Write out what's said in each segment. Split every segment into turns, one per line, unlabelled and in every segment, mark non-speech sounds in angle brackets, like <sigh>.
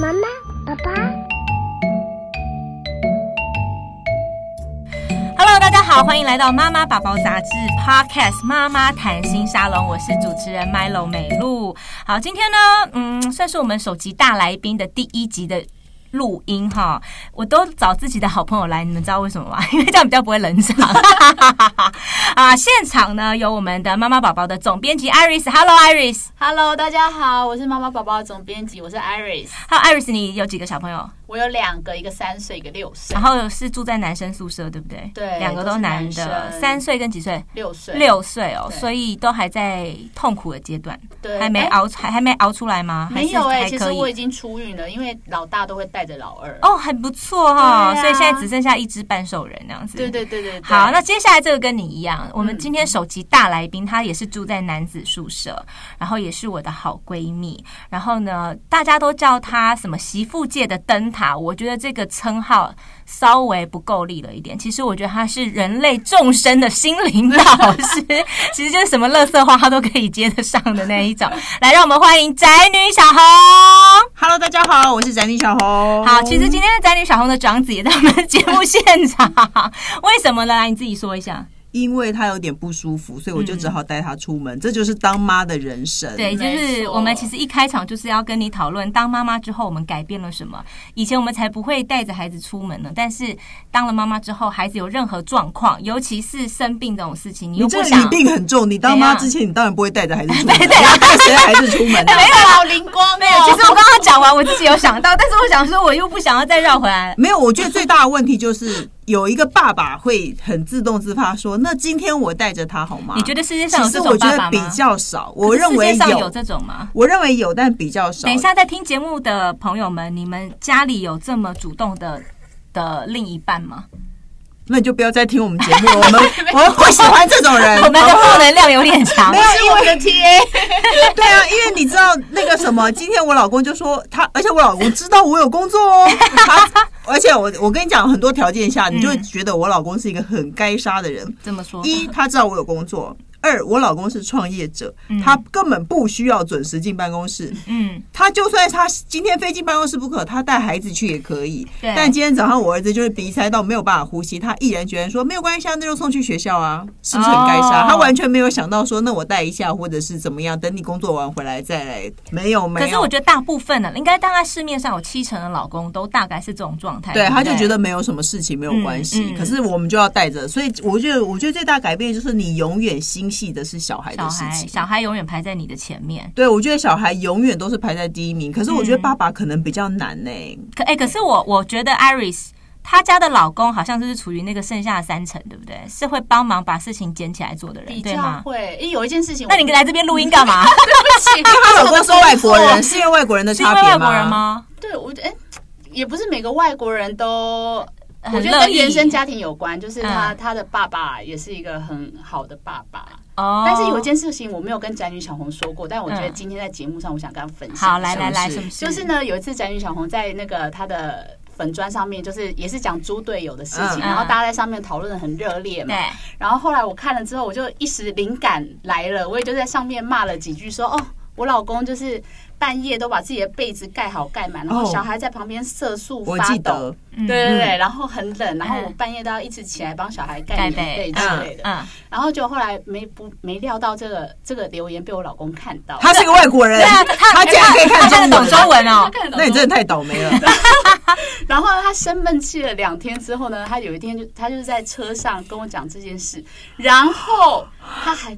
妈妈，爸爸，
Hello，大家好，欢迎来到《妈妈宝宝杂志》Podcast《妈妈谈心沙龙》，我是主持人 Milo 美露。好，今天呢，嗯，算是我们首集大来宾的第一集的。录音哈，我都找自己的好朋友来，你们知道为什么吗？ <laughs> 因为这样比较不会冷场。 <laughs> 啊，现场呢有我们的妈妈宝宝的总编辑 Iris，Hello Iris，
Hello，大家好，我是妈妈宝宝总编辑，我是 Iris，
还有 Iris，你有几个小朋友？
我有两个，一个三岁，一个六岁
然，后是住在男生宿舍，对不对？
对
两个都
都是
男
男
的，
生
三岁跟几岁？
六岁，
六岁哦，
对
所以都还在痛苦的阶段，
对
还没
哎
熬，还还没熬出来吗？还
没
是
有哎、
还
其
可
实
以
我已经出狱了，因为老大都会带着老二。
哦，很不错哈、哦，
对啊
所以现在只剩下一只半兽人那样子。
对对对对对，
好，那接下来这个跟你一样，我们
嗯
今天首集大来宾，她也是住在男子宿舍，然后也是我的好闺蜜，然后呢，大家都叫她什么媳妇界的灯塔，我觉得这个称号稍微不够力了一点。其实我觉得她是人类众生的心灵导师，其实就是什么垃圾话她都可以接得上的那一种。来，让我们欢迎宅女小红。
Hello，大家好，我是宅女小红。
好，其实今天宅女小红的长子也在我们的节目现场，为什么呢？来你自己说一下。
因为她有点不舒服，所以我就只好带她出门。这就是当妈的人生。
嗯对，就
没
是
错
我们其实一开场就是要跟你讨论，当妈妈之后我们改变了什么？以前我们才不会带着孩子出门呢，但是当了妈妈之后，孩子有任何状况，尤其是生病这种事情，你
你
又
这
不
里
想。
病很重，你当妈
怎样
之前，你当然不会带着孩子出
对 <laughs>
门，
对
你要带谁孩子出门、
<laughs>
啊？
没有
哎好灵光哦，
没有，其实我刚刚讲完，我自己有想到，但是我想说，我又不想要再绕回来。
没有，我觉得最大的问题就是有一个爸爸会很自动自发说：“那今天我带着他好吗？”
你觉得世界上有
其实
这种
我觉
爸爸
得比
吗？
较少，我
可是
认为
世界上有这种吗？
我认为有，但比较少。
等一下，在听节目的朋友们，你们家里有这么主动的的另一半吗？
那你就不要再听我们节目
<laughs>
了。我们我们会喜欢这种人，
我们的负能量有点强
呃哦没。有，因为
我的 TA，
对啊，因为你知道那个什么，今天我老公就说他，而且我老公知道我有工作哦，他而且我我跟你讲，很多条件下，你就会觉得我老公是一个很该杀的人。
这么说，
一，他知道我有工作；二，我老公是创业者，他根本不需要准时进办公室。
嗯，
他就算他今天非进办公室不可，他带孩子去也可以。
对
但今天早上我儿子就是鼻塞到没有办法呼吸，他毅然决然说没有关系啊，那就送去学校啊，是不是很该杀
哦
他完全没有想到说那我带一下或者是怎么样，等你工作完回来再来。没有没有，
可是我觉得大部分呢，应该大概市面上有七成的老公都大概是这种状态。
对，
不
他就觉得没有什么事情，没有关系。
嗯嗯
可是我们就要带着，所以我觉得，我觉得最大改变就是你永远心系的是小孩
小
的事
孩，
情。
小孩永远排在你的前面。
对，我觉得小孩永远都是排在第一名。可是我觉得
嗯
爸爸可能比较难欸呢、
可哎、可是我我觉得 Iris 她家的老公好像就是处于那个剩下的三层，对不对？是会帮忙把事情捡起来做的人，
比
对
较
吗？
会。诶，有一件事情我，
那你来这边录音干嘛？
对
<laughs>
不起，
她老公是外国 <laughs> 人，是因为外国人的
是因
<laughs> 差
为
别
外国人？吗？ <laughs>
对我哎、也不是每个外国人都。我
很
觉得
乐
跟
意
原生家庭有关，就是他、
嗯
他的爸爸也是一个很好的爸爸，
哦，
但是有一件事情我没有跟宅女小红说过，但我觉得
嗯
今天在节目上我想跟她分享。
好来来来，
什
什么
么
事？
就是呢，有一次宅女小红在那个她的粉砖上面，就是也是讲猪队友的事情，
嗯
然后大家在上面讨论的很热烈嘛。
对，
然后后来我看了之后，我就一时灵感来了，我也就在上面骂了几句说哦。我老公就是半夜都把自己的被子盖好盖满，然后
哦
小孩在旁边色素
我
发
记
抖
得，，
嗯
对对对，然后很冷，然后我
嗯
半夜都要一直起来帮小孩盖
盖
棉
被，
被之类
嗯
的。
嗯，
然后就后来没不没料到这个这个留言被我老公看到，
他是个外国人，
对啊，
他竟然可以看
他
中
得懂
文，
中文哦
他，看得懂
那你真的太
<laughs>
倒霉了。
然后他生闷气了两天之后呢，他有一天就他就是在车上跟我讲这件事，然后他还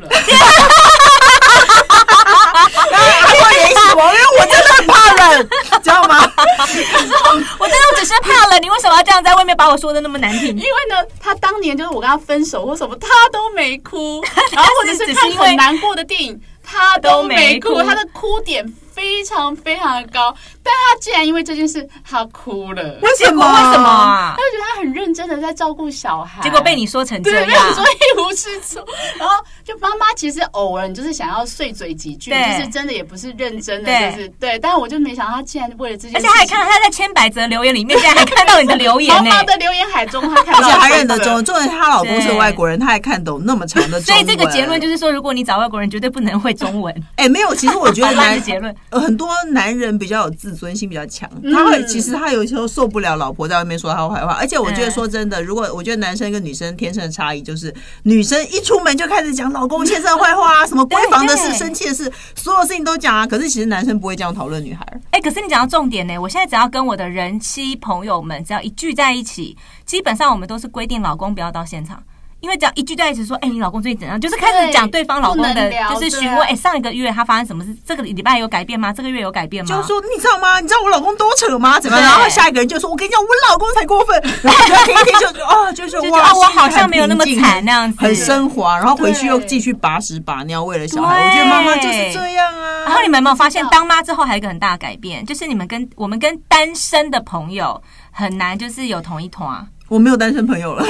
<laughs>
了。
他会联系我，因为我真的很怕冷，知道
<laughs>
吗？
我真的只是怕了，你为什么要这样在外面把我说的那么难听
因？为呢，他当年就是我跟他分手或什么，他都没
<laughs>
哭，然后或者是
只是
看
因为
很难过的电影，他都没
都
哭，
没哭
他的哭点非常非常的高，但他竟然因为这件事他哭了，
为
结
什
果
么？
为什么？啊
他？就觉得他很认真的在照顾小孩，
结果被你说成这
对，没
样
有，说一无是处。然后就妈妈其实偶尔你就是想要碎嘴几句，
对
就是真的也不是认真
对
的，就是对。但我就没想到他竟然为了这件
而
事
且他
情，
还看到他在千百则留言里面，竟然还 <laughs> 看到你的留言
茫
呢、
茫的留言海中，他看
而
到
且
了
还认得
这个
中，重点她老公是外国人，她还看懂那么长的
所
中文。
以这个结论就是说，如果你找外国人，绝对不能会中文。
哎、没有，其实我
<laughs>
觉
好
得
烂的
男
结论，
呃很多男人比较有自尊心，比较强，
嗯
他会其实他有时候受不了老婆在外面说他坏话，而且我
嗯
觉得说真的，如果我觉得男生跟女生天生的差异就是，女生一出门就开始讲老公先生
<laughs>
坏话啊，什么闺房的事、
对
生气的事，所有事情都讲啊。可是其实男生不会这样讨论女孩，
哎、可是你讲到重点呢、我现在只要跟我的人妻朋友们只要一聚在一起，基本上我们都是规定老公不要到现场。因为只要一聚在一起说，哎、你老公最近怎样，就是开始
对
讲对方老公
不
的
能，聊
就是询问，
对啊
哎、上一个月他发生什么事，这个礼拜有改变吗？这个月有改变吗？
就是说你知道吗？你知道我老公多扯吗？怎么样？
嗯啊对
然后下一个人就说，我跟你讲，我老公才过分。然后就听一听就 <laughs> 哦，就是
就觉得
哇，
哦，我好像没有那么
心里很平静
惨那样子，
很升华，然后回去
对
又继续把屎把尿为了小孩。我觉得妈妈就是这样啊。
<laughs> 然后你们有没有发现
知，道
当妈之后还有一个很大的改变，就是你们跟我们跟单身的朋友很难就是有同一团。
我没有单身朋
<laughs>
友了，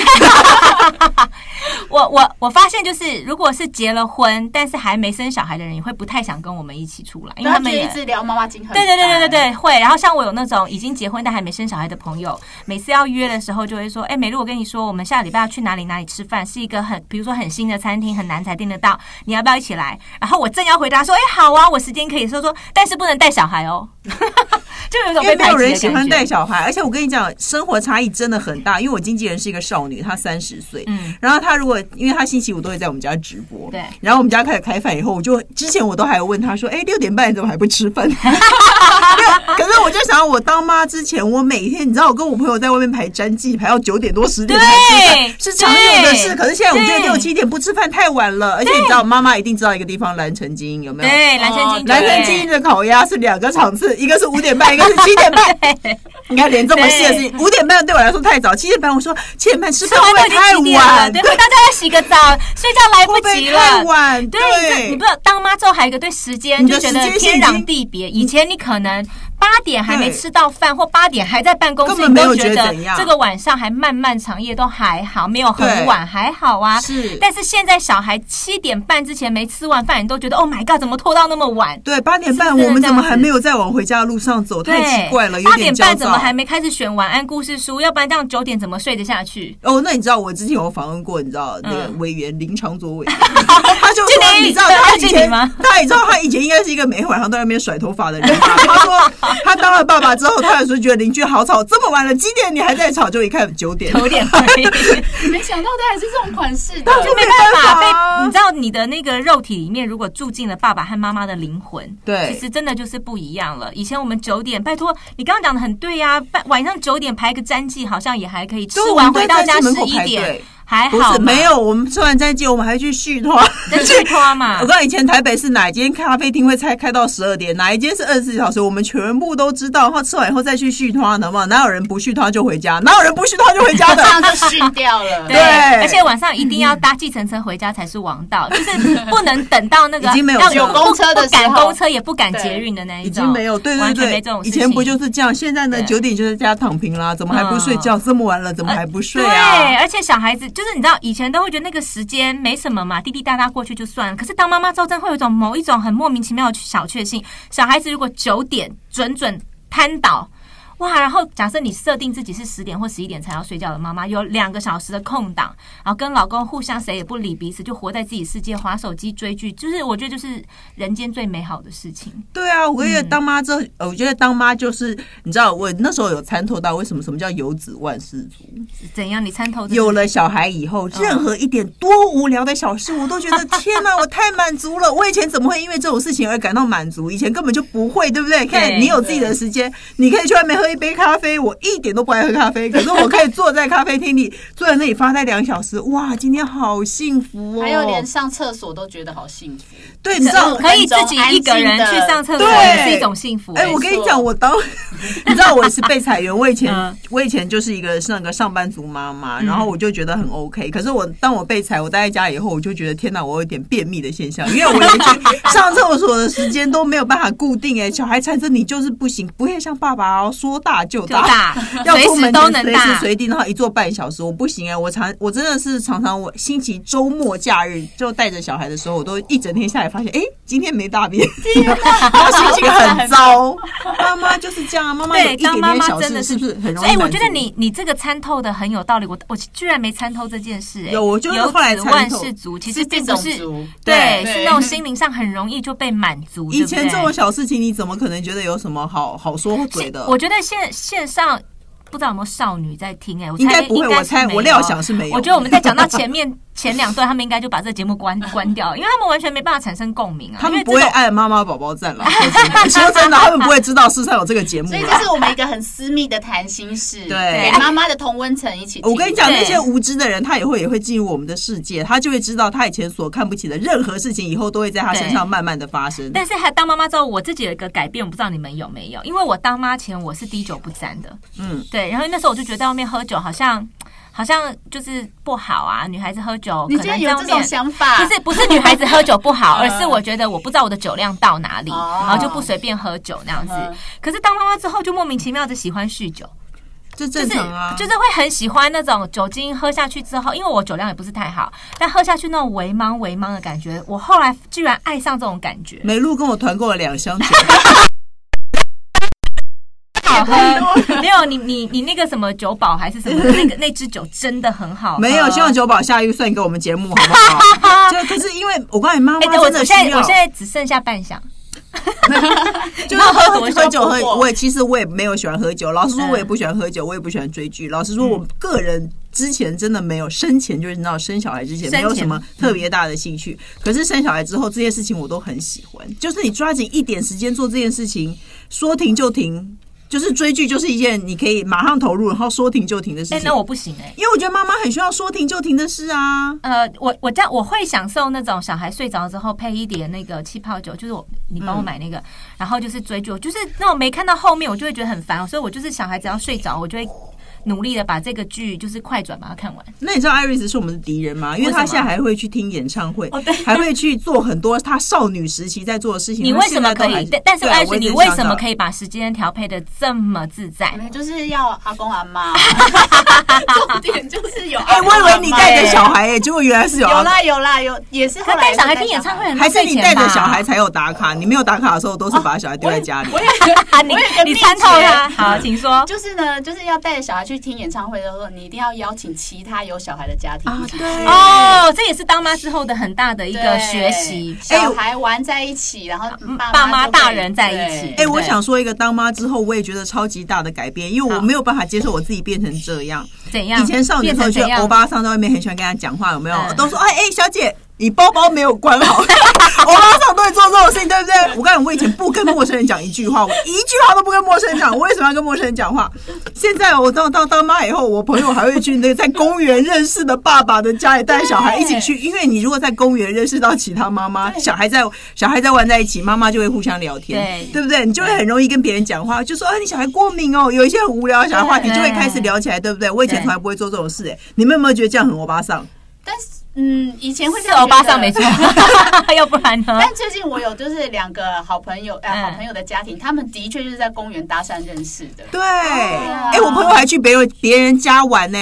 我我我发现就是，如果是结了婚但是还没生小孩的人，也会不太想跟我们一起出来，因为
然
他
后他
们
们一
也。
直聊妈妈经很
对对对对对对，会。然后像我有那种已经结婚但还没生小孩的朋友，每次要约的时候就会说：“哎，美露，我跟你说，我们下礼拜要去哪里哪里吃饭，是一个很比如说很新的餐厅，很难才订得到，你要不要一起来？”然后我正要回答说：“哎，好啊，我时间可以。”说说，但是不能带小孩哦， <laughs> 就有一种
因
被
为没
排
有
挤的
人喜欢
感觉
带小孩，而且我跟你讲，生活差异真的很大。因为我经纪人是一个少女，她三十岁，
嗯，
然后她如果因为她星期五都会在我们家直播，
对
然后我们家开始开饭以后，我就之前我都还有问她说，哎，六点半你怎么还不吃饭？没 <laughs> 有可是我就想，我当妈之前，我每天你知道，我跟我朋友在外面排战绩，排到九点多十点才吃
对
饭，，是常有的事。
对
可是现在我们觉得
对
六七点不吃饭太晚了，而且你知道，妈妈一定知道一个地方蓝城精英有没有？
对蓝山金，
蓝城精英的烤鸭是两个场次，一个是五点半，一个是七点
<laughs>
半。
对
你看，连这么细的事情，五点半对我来说太早，七点半我说七点半吃
吃
饭会
完都
不会
已经
太
几点了？
晚？
对，回到家要洗个澡，睡觉来
会不
及
会太
了。
晚？
对，你这你不知道当妈之后还有一个对时间
你
就
的
觉得
时间
天
线已
壤
经
地别。以前你可能八点还没
对
吃到饭，或八点还在办公室，
根本
你
没
都
有觉
觉
得
得
怎样
这个晚上还漫漫长夜都还好，没有很
对
晚还好啊。
是
但是现在小孩七点半之前没吃完饭，你都觉得 Oh my God，怎么拖到那么晚？
对，八点半
是不是
我们怎么
这
还
样子
没有再往回家的路上走？太
对，
奇怪了，有
八
点
点
焦
半怎么
躁。
还没开始选晚安故事书？要不然这样九点怎么睡得下去？
哦，那你知道我之前有访问过，你知道那个
嗯
委员林长佐
<laughs>
委员，他就说，
你
你知道
他
他
敬
以
你
前
吗
他也知道他以前应该是一个每天晚上都在那边甩头发的人吧。 <laughs> 他说他当了爸爸之后，他有时候觉得邻居好吵，这么晚了几点你还在吵？就一看九点，
九点
<laughs>
<laughs> 而已。
对，没想到他还是这种款式的
但。就
没
没
办法
啊
被你知道你的那个肉体里面，如果住进了爸爸和妈妈的灵魂，
对
其实真的就是不一样了。以前我们九点，拜托你刚刚讲的很对呀、半晚上九点排个战绩，好像也还可以，吃
对我
完
们
回
在
到家
战绩
十
门口
一
排
点
队
还
不
好嘛，
是没有，我们吃完再见，我们还去
<laughs>
续团。
在去拖嘛
我。告诉你，以前台北是哪一间咖啡厅会开开到十二点，哪一间是二十四小时，我们全部都知道。然后吃完以后再去续团，好不好？哪有人不续团就回家？哪有人不续团就
<laughs>
回家
这
的？
样就训掉了，
对，
对
而且晚上一定要搭计程车回家才是王道，就是不能等到那个
已经没有
让
有
不
公车的
不赶
时候
公车也不赶捷运的那一
已
种，
经没有，对对
完全没这
对
种，事
以
情。
前不就是这样？现在呢，
对嗯呃
九点就在家躺平啦，怎么还不睡觉？这么晚了，怎么还不睡
对，
啊？
而且小孩子就是你知道，以前都会觉得那个时间没什么嘛，滴滴答答过去就算了。可是当妈妈之后，真会有一种某一种很莫名其妙的小确幸。小孩子如果九点准准瘫倒。哇，然后假设你设定自己是十点或十一点才要睡觉的妈妈，有两个小时的空档，然后跟老公互相谁也不理彼此，就活在自己世界，划手机追剧，就是我觉得就是人间最美好的事情。
对啊，我觉得
嗯
当妈这，呃我觉得当妈就是，你知道，我那时候有参透到为什么什么叫游子万事足。
怎样？你参透这
有
个
了小孩以后，任何一点多无聊的小事，我都觉得天哪，我太满足
<laughs>
了。我以前怎么会因为这种事情而感到满足？以前根本就不会，对不对？看你有自己的时间，你可以去外面喝一杯咖啡，我一点都不爱喝咖啡，可是我可以坐在咖啡厅里，坐在那里发呆两小时，哇，今天好幸福
<laughs>
哦！
还有连上厕所都觉得好幸福。
对，你知道
五分钟
可以自己一个人去上厕所
对
也是一种幸福、
哎、
哎
我跟你讲，我
<laughs>
当你知道我是被裁员，我以前、
嗯
我以前就是一个是那个上班族妈妈，然后我就觉得很 OK。可是我当我被裁，我待在家以后，我就觉得天哪，我有点便秘的现象，因为我连去 <laughs> 上厕所的时间都没有办法固定、哎，小孩缠着你就是不行，不会像爸爸哦，说大就
就大，
<laughs> 要
随
出
时
门
都
前
能
随时
大。
随地，然后一坐半小时，我不行哎、我常我真的是常常我星期周末假日就带着小孩的时候，我都一整天下来发现，哎、今天没
<laughs>
大便，然后心情很糟。妈妈就是这样，妈妈有
对，
一
当
点
妈
点
妈
小
真的
事是不是很容易？
所以我觉得你你这个参透的很有道理，我我居然没参透这件事、哎
有我就是
有
后来
子
参
万
透
事足，其实
是
并
这
不
种
是
族，
对，
对
是那种心灵上很容易就被满足。
以前
对不
这
对
种小事情，你怎么可能觉得有什么好好说嘴的？
我觉得线线上不知道有没有少女在听哎、我猜
应该不会，
应该
我猜
是没有啊
我料想是没有。
我觉得我们在
<laughs>
讲到前面前两段，他们应该就把这个节目关关掉，因为他们完全没办法产生共鸣啊。
他
因
们
为
不
这
会
种
按妈妈宝宝赞啦。说真的 <laughs> 说真的，他们不会知道世上有这个节目啊
所以
啦
这是我们一个很私密的谈心事，
对
给妈妈的同温层一起听。
我跟你讲，
对
那些无知的人，他也会也会进入我们的世界，他就会知道他以前所看不起的任何事情，以后都会在他身上慢慢的发生。
但是还当妈妈之后，我自己有一个改变，我不知道你们有没有？因为我当妈前我是滴酒不沾的，
嗯，
对。然后那时候我就觉得在外面喝酒好像好像就是不好啊，女孩子喝酒
你
可
居
能
然有
在外
这种
面。
想法？
不是不是女孩子喝酒不好，而
嗯
是我觉得我不知道我的酒量到哪里，
哦
然后就不随便喝酒那样子
嗯。
可是当妈妈之后，就莫名其妙的喜欢酗酒，
这
就
正
是
常啊，
就是会很喜欢那种酒精喝下去之后，因为我酒量也不是太好，但喝下去那种微茫微茫的感觉，我后来居然爱上这种感觉，
梅露跟我团购了两箱酒，
好 <laughs> 喝。没有你你你那个什么酒保还是什么那个那支酒真的很好喝，呃哎
没有，希望酒保下预算给我们节目好不
<laughs>
好？就可是因为我告诉你，妈
哎，
妈
对我
真
我
的
现
需
在我
要
现，在只剩下半箱，
就是喝
我
喝
需
喝
要
酒
突
喝，
破
我也其实我也没有喜欢喝酒，老实说
嗯
我也不喜欢喝酒，我也不喜欢追剧，老实说我个人。之前真的没有，生前就是你知道，生小孩之前
生前
没有什么特别大的兴趣。可是生小孩之后，这些事情我都很喜欢。就是你抓紧一点时间做这件事情，说停就停，就是追剧就是一件你可以马上投入，然后说停就停的事
哎，
情
那。我不行哎。
因为我觉得妈妈很需要说停就停的事啊。
呃，我我这样我会享受那种小孩睡着之后配一点那个气泡酒，就是我你帮
嗯
我买那个，然后就是追剧，我就是那种没看到后面我就会觉得很烦，哦所以我就是小孩只要睡着，我就会努力的把这个剧就是快转把它看完。
那你知道艾瑞斯是我们的敌人吗？因为他
为什么
现在还会去听演唱会
哦对，
还会去做很多他少女时期在做的事情。
你为什么可以？但但是
啊
艾雪，你为什么可
以？
以把时间调配的这么自在
你？们就是要阿公阿妈， <laughs> 重点就是有
哎、
阿公
我
阿
以
嬷。
<laughs>
为你带着小孩耶、结果原来是有啊
有啦有啦有，也是后
他
来
带
也是
小孩听演唱会，很
还是你带着小孩
费
才有打卡？你没有打卡的时候，都是
哦
把小孩丢在家里。
钱吧？ <laughs> 你
我有一个
你
秘
参透
诀
他，好，请说。
就是呢，就是要带着小孩去听演唱会的时候，你一定要邀请其他有小孩的家庭一起。
对
哦，这也是当妈之后的很大啊的一个学习。
哎
对小孩玩在一起，然后爸
爸妈
都会
大人在一起
对
哎、
对
我想说一个当妈之后，我也觉得超级大的改变，因为我
好
没有办法接受我自己变成这样。
怎样？
以前少女
变
的时
成
候，觉
怎
得
样
欧？巴桑在外面很喜欢跟他讲话，有没有？
嗯
都说哎哎、小姐，你包包没有关
<laughs>
好。欧巴桑都会做这种事情，对不对？我告诉你，我以前不跟陌生人讲一句话，我一句话都不跟陌生人讲，我为什么要跟陌生人讲话？现在我当当当妈以后，我朋友还会去那个在公园认识的爸爸的家里带小孩一起去，因为你如果在公园认识到其他妈妈，小孩在小孩在玩在一起，妈妈就会互相聊天，
对
对不对？你就会很容易跟别人讲话，就说啊，你小孩过敏哦，有一些很无聊的小孩话题
对
就会开始聊起来，对不对？我以前
对
从来不会做这种事，哎，你们有没有觉得这样很欧巴桑？
但是嗯，以前会这
是
样觉
欧
得
巴桑没错， <laughs> 要不然呢？
但最近我有就是两个好朋友，呃，
嗯
好朋友的家庭，他们的确就是在公园搭讪认识的。
对，
哦
哎、我朋友还去别人别人家玩呢、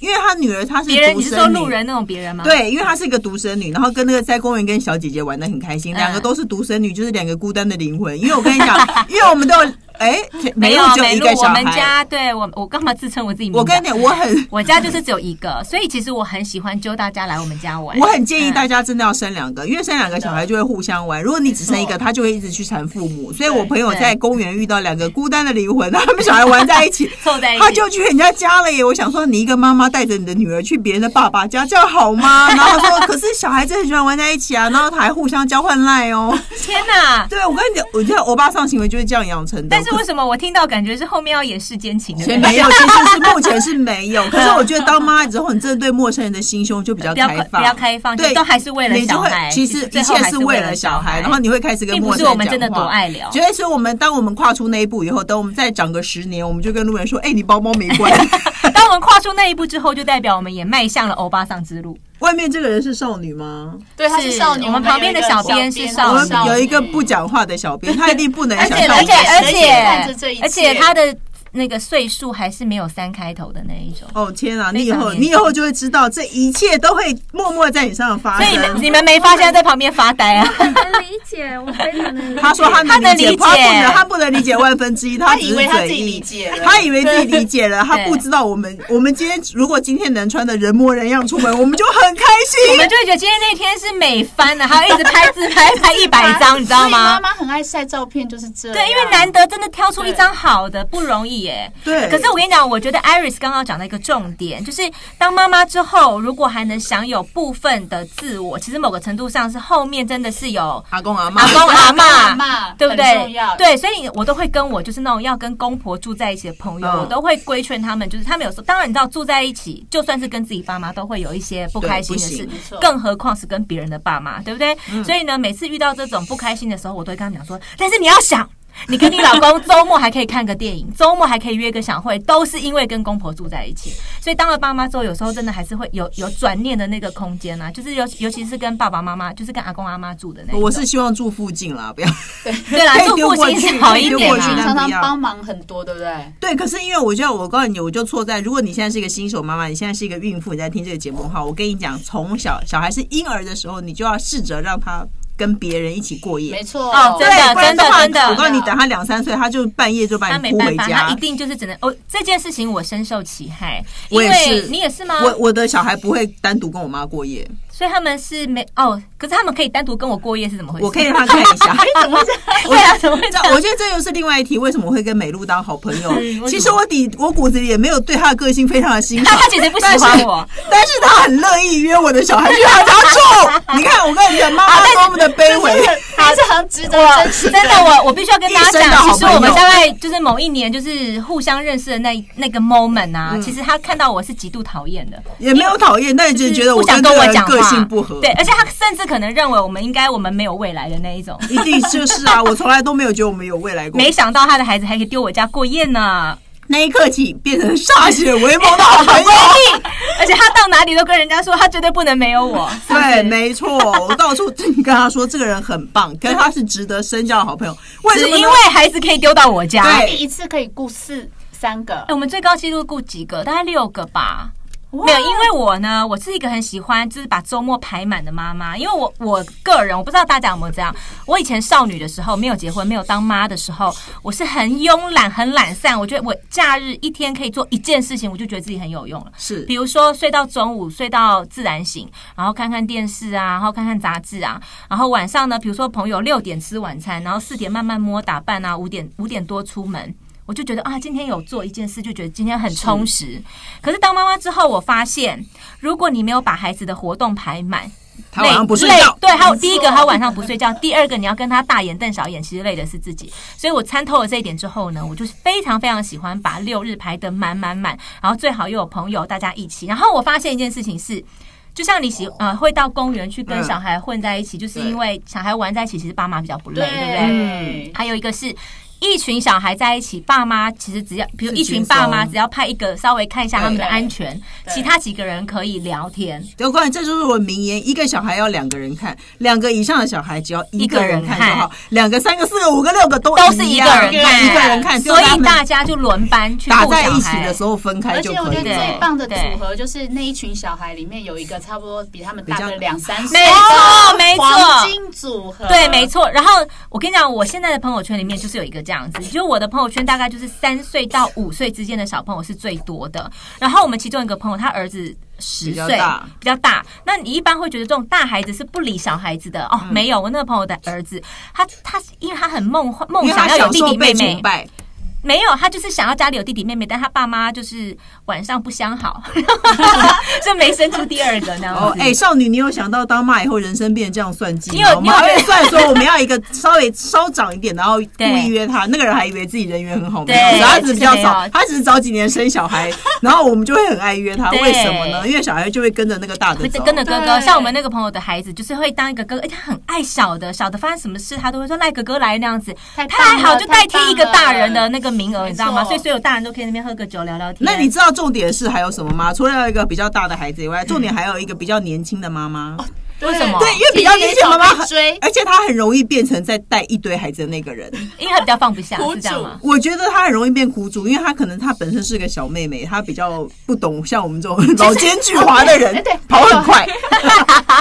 因为他女儿她是
别人
独
你是
生
说
女
路人那种别人吗？，
对，因为她是一个独生女，然后跟那个在公园跟小姐姐玩的很开心，
嗯
两个都是独生女，就是两个孤单的灵魂。因为我跟你讲，
<laughs>
因为我们都有哎，
没
有
有啊
只有
没
一
录
个。
我
小
们
孩。
家对我我干嘛自称我自己名字啊？
我跟你讲，我很
我家就是只有一个，所以其实我很喜欢揪大家来我们家玩。
我很建议
嗯
大家真的要生两个，因为生两个小孩就会互相玩。如果你只生
没
一个，
错
他就会一直去缠父母。所以
对
我朋友
对，
在公园遇到两个孤单的灵魂，他们小孩玩在一起
凑在一起
他就去人家家了耶。我想说，你一个妈妈带着你的女儿去别人的爸爸家，这样好
<laughs>
吗？然后他说，可是小孩子很喜欢玩在一起啊，然后他还互相交换赖哦。
天哪！
<laughs> 对，我跟你讲，我觉得欧巴桑行为就是这样养成的。
但是为什么我听到感觉是后面要演世间情的
所以
人？
没
<laughs>
有，其实是目前是没有。可是我觉得当妈之后，你真的对陌生人的心胸就比较
不要
开
开
放，
不要开放，就
对，
都还是为了
你就
小
会
孩。
其实
最
一
后
切
还
是
是
为
了
了小孩，然后你会开始跟
并不
陌
是
生人
我们真的
讲话
多爱聊
觉得是我们当我们跨出那一步以后，等我们再长个十年，我们就跟路人说：“哎，你包包没关。
<laughs> 当我们跨出那一步之后，就代表我们也迈向了欧巴桑之路。”
外面这个人是少女吗？
对，她是
是
少女。
我们
们
旁边的小编是少
我
女
们有一个
女
不讲话的小编，他一定
<laughs>
不能
而
想
且
象
而
我
且
们。
而
谁也看着这一
且
切
而且他的那个岁数还是没有三开头的那一种。
哦天啊！
非
你以
常
后
年
你以
轻
后就会知道，这一切都会默默在你身上发
所以你们
生。
你们没发现他在旁边发呆 <laughs> 啊？
很能理解，我非常能理解。
他说他
他能
能理解，
理
他不
解
能，他不能理解万分
<laughs>
之一，他
她
只
以
是
为她自
嘴
己
硬
理。解了，
他以为自己理解了，他
对
不知道我们我们今天如果今天能穿的人模人样出门，我们就很开
我
心。
们就会觉得今天那天是美翻了，还要一直拍自拍拍一百张，你知道
所以妈
吗？
妈很爱晒照片，就是这样。
对，啊因为难得真的挑出一张好的不容易耶。
对，
可是我跟你讲，我觉得 Iris 刚刚讲的一个重点，就是当妈妈之后，如果还能享有部分的自我，其实某个程度上是后面真的是有
阿公阿妈
阿公阿
阿
妈
嬷，
对不
很重
对
要？
对，所以我都会跟我就是那种要跟公婆住在一起的朋友，
嗯
我都会规劝他们，就是他们有时候当然你知道住在一起，就算是跟自己爸妈都会有一些不开心的
对
事
不
行没错，
更何况是跟别人的爸妈，对不对？
嗯
所以呢，每次遇到这种不开心的时候，我都会跟他们讲说，但是你要想。你跟你老公周末还可以看个电影，周末还可以约个小会，都是因为跟公婆住在一起。所以当了爸妈之后，有时候真的还是会有有转念的那个空间啊，就是尤尤其是跟爸爸妈妈，就是跟阿公阿妈住的那一种。
我是希望住附近啦，不要 <laughs>
对啦，
可以
住
丢
附
过
近是
去
好
可以
一
丢
点
过去
啊
但。
常常
不要
帮忙很多，对不对？
对，可是因为我觉得，我告诉你，我就错在，如果你现在是一个新手妈妈，你现在是一个孕妇，你在听这个节目的话，我跟你讲，从小小孩是婴儿的时候，你就要试着让他跟别人一起过夜
没。错，
哦真的
对，不然话，
真的真的
我告诉你，等他两三岁，他就半夜就把
他
你
没
哭
办
回
法，他
家
一。定就是只能哦。这件事情我深受其害，因
我也
为
是
你也是吗？
我我的小孩不会单独跟我妈过夜，
所以他们是没哦，可是他们可以单独跟我过夜是怎么回事？
我
<laughs>
可以让他看一下。
对啊，怎么会
<laughs> 这
这样？
我觉得这又是另外一题，为什么我会跟美露当好朋友？
嗯为
其
什
实我底我骨子里也没有对他的个性非常的
<laughs>
欣赏
<laughs> 他，他其实不喜欢我，
但是他很乐意约我的小孩去他家
<laughs>
住。你看，我跟你讲，妈
啊
妈多么的卑微。
非常值得
我
珍惜
<laughs> 真的，我我必须要跟大家
一生的好
讲，其实我
朋
们
友
大概就是某一年，就是互相认识的那一那个 moment
嗯
啊，其实他看到我是极度讨厌的，
也没有讨厌，但是就
就是是
觉得
不
我
想
这
跟
个
我
人
讲
个
话
性不合。
对，，而且他甚至可能认为我们应该我们没有未来的那一
<laughs>
种。
一定就是
<laughs>
啊，我从来都没有觉得我们有未来过。
没想到他的孩子还可以丢我家过夜呢，
那一刻起变成歃血为盟的好朋
<laughs>
友。
而且他到哪里都跟人家说他绝对不能没有我。是不是
对，没错，我到处跟他说这个人很棒，跟他是值得深交的好朋友。为什
只
么呢？
因为孩子可以丢到我家。
对
哎、
一次可以雇四三个，
我们最高纪录雇几个？大概六个吧。没有，因为我呢，我是一个很喜欢就是把周末排满的妈妈。因为我我个人，我不知道大家有没有这样。我以前少女的时候，没有结婚，没有当妈的时候，我是很慵懒、很懒散。我觉得我假日一天可以做一件事情，我就觉得自己很有用了。
是
比如说睡到中午，睡到自然醒，然后看看电视啊，然后看看杂志啊，然后晚上呢，比如说朋友六点吃晚餐，然后四点慢慢摸打扮啊，五点五点多出门。我就觉得啊，今天有做一件事，就觉得今天很充实。可是当妈妈之后，我发现，如果你没有把孩子的活动排满，
他晚上不睡
累
觉，
对，还有第一个他晚上不睡
<laughs>
觉，第二个你要跟他大眼瞪小眼，其实累的是自己。所以我参透了这一点之后呢，我就是非常非常喜欢把六日排得满满满，然后最好又有朋友大家一起。然后我发现一件事情是。就像你喜呃会到公园去跟
嗯
小孩混在一起，就是
对
因为小孩玩在一起，其实爸妈比较不累，对不对？
嗯
对，
还有一个是。一群小孩在一起，爸妈其实只要，比如
是
一群
轻
爸妈
松
只要派一个稍微看一下他们的
对
安全，
对
其他几个人可以聊天。
刘冠，这就是我名言：一个小孩要两个人看，两个以上的小孩只要一个人看就
一个人
好，两个、三个、四个、五个、六个都
都是一
一
个
样
人看，
一个人看，
所
只有他
以
们
大家就轮班去
打
顾
在
小
一起
孩
的时候分开
而
就
且我
可
觉得
以
最
了。
棒的
对
组合就是那一群小孩里面有一个差不多比他们大
比
个
较
两三岁
没错，
的
没
黄
错。
金组合，
对，没错。然后我跟你讲，我现在的朋友圈里面就是有一个这样子，就是我的朋友圈大概就是三岁到五岁之间的小朋友是最多的。然后我们其中一个朋友，他儿子十
比较
岁
大，
比较大。那你一般会觉得这种大孩子是不理小孩子的哦？没有，我那个朋友的儿子，他他因为他很梦幻梦
因为
想
他
要有
小
弟
时候
弟妹
被
妹
崇，拜，
没有，他就是想要家里有弟弟妹妹，但他爸妈就是晚上不相
<laughs>
好，就没生出第二个那样
哦，
子。
哎、少女，你有想到当妈以后人生变得这样算计
你
吗？
有
我们
你有
还会算说我们要一个稍微稍长一点，然后故
对
意约他，那个人还以为自己人缘很好，
对
没有，只是他只是比较
其实没
早
有，
他只是早几年生
<laughs>
小孩，然后我们就会很爱约他，
对
为什么呢？因为小孩就会跟着那个大的
会
走，
跟着哥哥，
对
像我们那个朋友的孩子，就是会当一个哥哥，而且他很爱小的，小的发生什么事他都会说赖哥哥来那样子，
太棒
太好
了
就代替一个大人的。
太棒了
那个名额，你知道吗？
没错
所以所有大人都可以在那边喝个酒聊聊天。
那你知道重点是还有什么吗？除了要一个比较大的孩子以
嗯
外，重点还有一个比较年轻的妈妈。
哦
对
为什么
对，因为比较年轻的
体力
妈妈
少被
很
追
而且她很容易变成在带一堆孩子的那个人。
因为他比较放不下，
苦
是这样
主
吗？
我觉得她很容易变苦主，因为她可能她本身是个小妹妹，她比较不懂像我们这
<laughs>
种老奸巨猾的
哎
人
对对，
跑很快。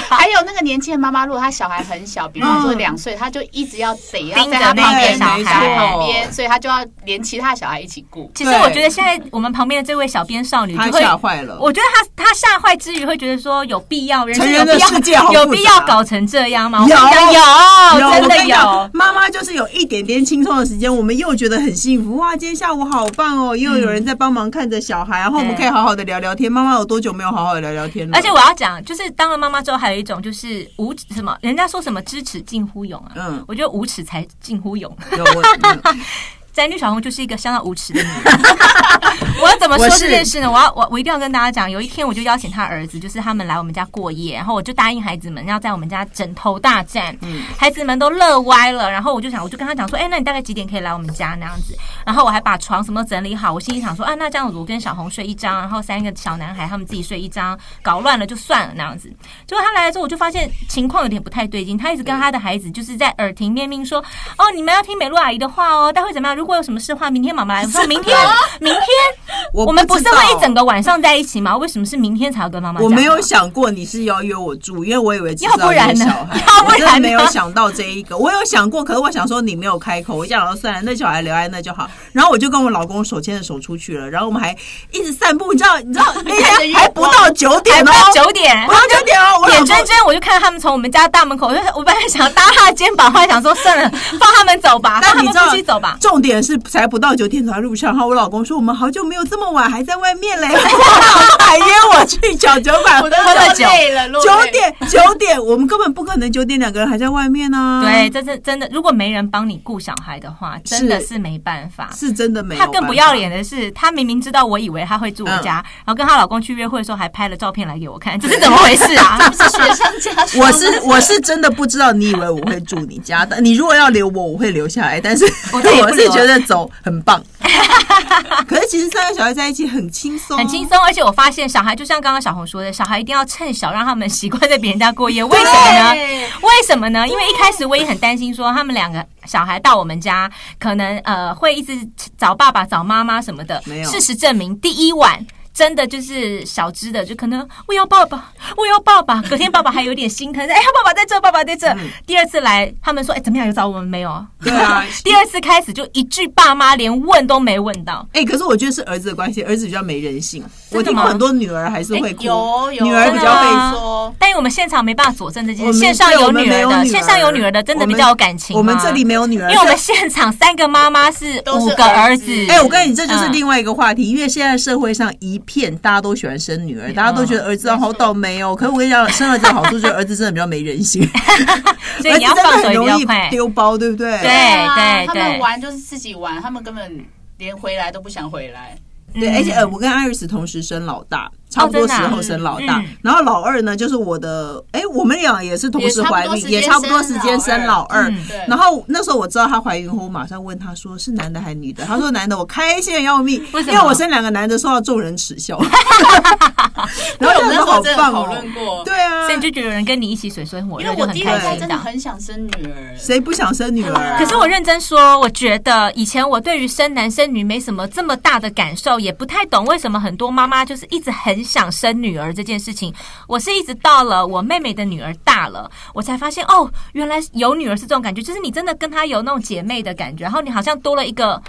还有那个年轻的妈妈，如果她小孩很小，比方说两岁，她就一直要得要
盯
在
着
她
那
旁
个
边，
小
在她
孩
旁边，所以她就要连其他小孩一起顾。
其实
对
我觉得现在我们旁边的这位小编少女
她
就会
吓坏了
我觉得她她吓坏之余，会觉得说有必要，人生
成
有
人的
必要
世界好复杂
有必要搞成这样吗？
有
我跟你讲有，
我
真
跟
的
你
有
讲，。妈妈就是有一点点轻松的时间，我们又觉得很幸福哇！今天下午好棒哦，又有人在帮忙看着小孩，然后我们
对
可以好好的聊聊天。妈妈有多久没有好好的聊聊天了？
而且我要讲，就是当了妈妈之后，还有一种就是无耻什么，人家说什么知耻近乎勇啊。
嗯，
我觉得无耻才近乎勇，
<laughs> 有我嗯
宅女小红就是一个相当无耻的女人。 <laughs> 我要怎么说
我是
这件事呢？我要我我一定要跟大家讲，有一天我就邀请他儿子，就是他们来我们家过夜，然后我就答应孩子们要在我们家枕头大战，孩子们都乐歪了，然后我就想，我就跟他讲说，哎、那你大概几点可以来我们家那样子？然后我还把床什么都整理好，我心里想说，啊，那这样子我跟小红睡一张，然后三个小男孩他们自己睡一张，搞乱了就算了那样子。结果他来了之后，我就发现情况有点不太对劲，他一直跟他的孩子就是在耳提面命说，哦，你们要听美露阿姨的话哦，待会怎么样？如果有什么事的话，明天妈妈来。我说明天，明天。
哦 <laughs> 我
我们不
知
是
道
会一整个晚上在一起吗？为什么是明天才要跟妈妈讲
我
呢？
没有想过你是要约我住，因为我以为只
要
是
不然
约
呢
小孩，
<laughs> 要不
我真的
然
没有
呢
想到这一个。我有想过，可是我想说你没有开口，我想说算了，那小孩留在那就好。然后我就跟我老公手牵着手出去了，然后我们还一直散步，你知道，你知道
<laughs>
那
看着
天
月
还不到九点
还
哦
不，到九点
不。到九点哦，我老
眼
公
睁睁我就看他们从我们家大门口，我就我本来想搭他的肩膀，后来想说算了，放他们走吧，放
但
他
你
们
知道
夫妻走吧。
重点是才不到九点走在路上，然后我老公说我们好久没有这么晚还在外
<laughs>
面嘞， <laughs> 我还约我去小酒馆
我都
喝了酒
落泪了，落
九
泪
点九点，我们根本不可能九点两个人还在外面啊呢、
对，，这是真的。如果没人帮你顾小孩的话，真的
嗯是
是没办法。
是真的没有。嗯
她更不要。脸的是，她明明知道我以为她会住我家，然后跟她老公去约会的时候还拍了照片来给我看，这是怎么回事
<laughs>
啊？
是学生家属。
我是我是真的不知道，你以为我会住你家的？你如果要留我，我会留下来。但是
我自己不留
我是觉得走很
<laughs>
棒。可是其实三个小孩在一起很轻松，
很轻。松，而且我发现小孩就像刚刚小红说的，小孩一定要趁小让他们习惯在别人家过夜，为什么呢？
对
为什么呢？因为一开始我也很担心，说他们两个小孩到我们家，可能呃会一直找爸爸、找妈妈什么的。
没有
事实证明，第一晚。真的就是小只的，就可能我要爸爸，我要爸爸。隔天爸爸还有点心疼，哎呀，爸爸在这，爸爸在这。第二次来，他们说，哎，怎么样？有找我们没有？
嗯对啊
<laughs> 第二次开始就一句爸妈连问都没问到，
哎、可是我觉得是儿子的关系，儿子比较没人性。我
真的
听
吗
过很多女儿还是会哭，
有有
女儿比
真的
较
吗
会。
说，
但我们现场没办法佐证这件
我
事，
们
哎线上
对我们
女
没
儿
有
的，
女
线上有女儿的，真的比较有感情吗
我们这里没有女儿，
因为我们现场三个妈妈是五个儿子
都是儿，子
哎、我跟你这就是
嗯
另外一个话题，因为现在社会上一片大家都喜欢生女儿，
嗯
大家都觉得儿子啊好倒霉哦。可是我跟你讲，生儿子的好处就是儿子真的比较没人性，
<laughs> 所以你要
儿子真的
放手也
很
比
容
较
易
快。
丢包，对不对？
对对
他
对
们玩就是自己玩，他们根本连回来都不想回来。
对，
嗯
而且呃，我跟艾瑞斯同时生老大，差不多
真
时
的啊
候生老大，
嗯嗯
然后老二呢就是我的，哎，我们俩也是同时怀孕，
也
也差
差
不
不
多
多
时
时
间
间
生
生
老
老
二。
嗯
对，
然后那时候我知道她怀孕后，我马上问她说是男的还是女的，她说男的，我开心的要命，
为什么
因为我生两个男的受到众人耻笑，然后
我
就
们那时候
觉得好
真的
棒
讨
哦，
论过，
对啊
所以，你就觉得有人跟你一起水深火
因
热，
为
就
我
很
第一
开
胎
心
真
的
的。很想生女儿，
谁不想生女儿？啊
可是我认真说，我觉得以前我对于生男生女没什么这么大的感受，也不太懂为什么很多妈妈就是一直很想生女儿这件事情。我是一直到了我妹妹的女儿大了，我才发现哦，原来有女儿是这种感觉，就是你真的跟她有那种姐妹的感觉，然后你好像多了一个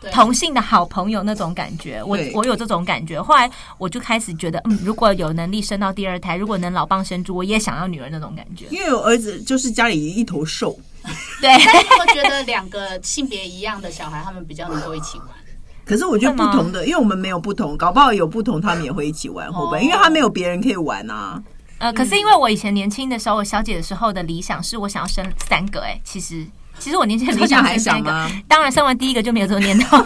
对
同性的好朋友那种感觉，我
对
我有这种感觉。后来我就开始觉得，嗯，如果有能力生到第二胎，如果能老蚌生珠，我也想要女儿那种感觉。
因为我儿子就是家里一头瘦，
对，
但是我觉 <laughs> 得两个性别一样的小孩，他们比较能够一起玩。
可是我觉得不
会吗
同的，因为我们没有不同，搞不好有不同，他们也会一起玩，会不会？
哦
因为他没有别人可以玩啊。
呃，可是因为我以前年轻的时候，我小姐的时候的理想是我想要生三个、哎，其实其实我年轻的理想是三
现在还
个
想吗，
当然生完第一个就没有这个念头。 <laughs>